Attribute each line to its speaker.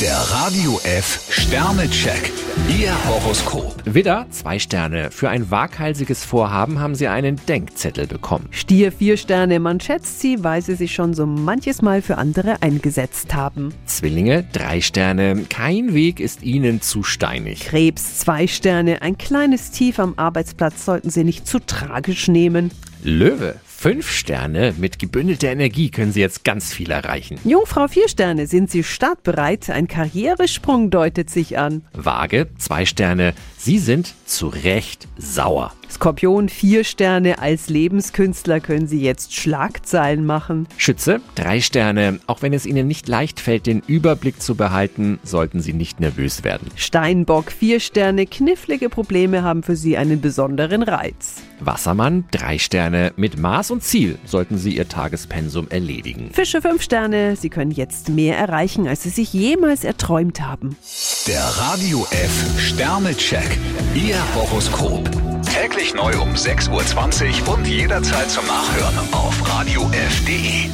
Speaker 1: Der Radio F Sternecheck. Ihr Horoskop.
Speaker 2: Widder, zwei Sterne. Für ein waghalsiges Vorhaben haben Sie einen Denkzettel bekommen.
Speaker 3: Stier vier Sterne, man schätzt sie, weil sie sich schon so manches Mal für andere eingesetzt haben.
Speaker 2: Zwillinge, drei Sterne. Kein Weg ist Ihnen zu steinig.
Speaker 3: Krebs zwei Sterne, ein kleines Tief am Arbeitsplatz sollten sie nicht zu tragisch nehmen.
Speaker 2: Löwe, fünf Sterne. Mit gebündelter Energie können Sie jetzt ganz viel erreichen.
Speaker 3: Jungfrau vier Sterne, sind sie startbereit, ein Karrieresprung deutet sich an.
Speaker 2: Waage, zwei Sterne. Sie sind zu Recht sauer.
Speaker 3: Skorpion vier Sterne, als Lebenskünstler können sie jetzt Schlagzeilen machen.
Speaker 2: Schütze, drei Sterne. Auch wenn es Ihnen nicht leicht fällt, den Überblick zu behalten, sollten Sie nicht nervös werden.
Speaker 3: Steinbock vier Sterne, knifflige Probleme haben für sie einen besonderen Reiz.
Speaker 2: Wassermann, drei Sterne. Mit Maß und Ziel sollten Sie Ihr Tagespensum erledigen.
Speaker 3: Fische fünf Sterne, sie können jetzt mehr erreichen, als sie sich jemals erträumt haben.
Speaker 1: Der Radio F Sternecheck. Ihr Horoskop. Täglich neu um 6.20 Uhr und jederzeit zum Nachhören auf Radio radiof.de.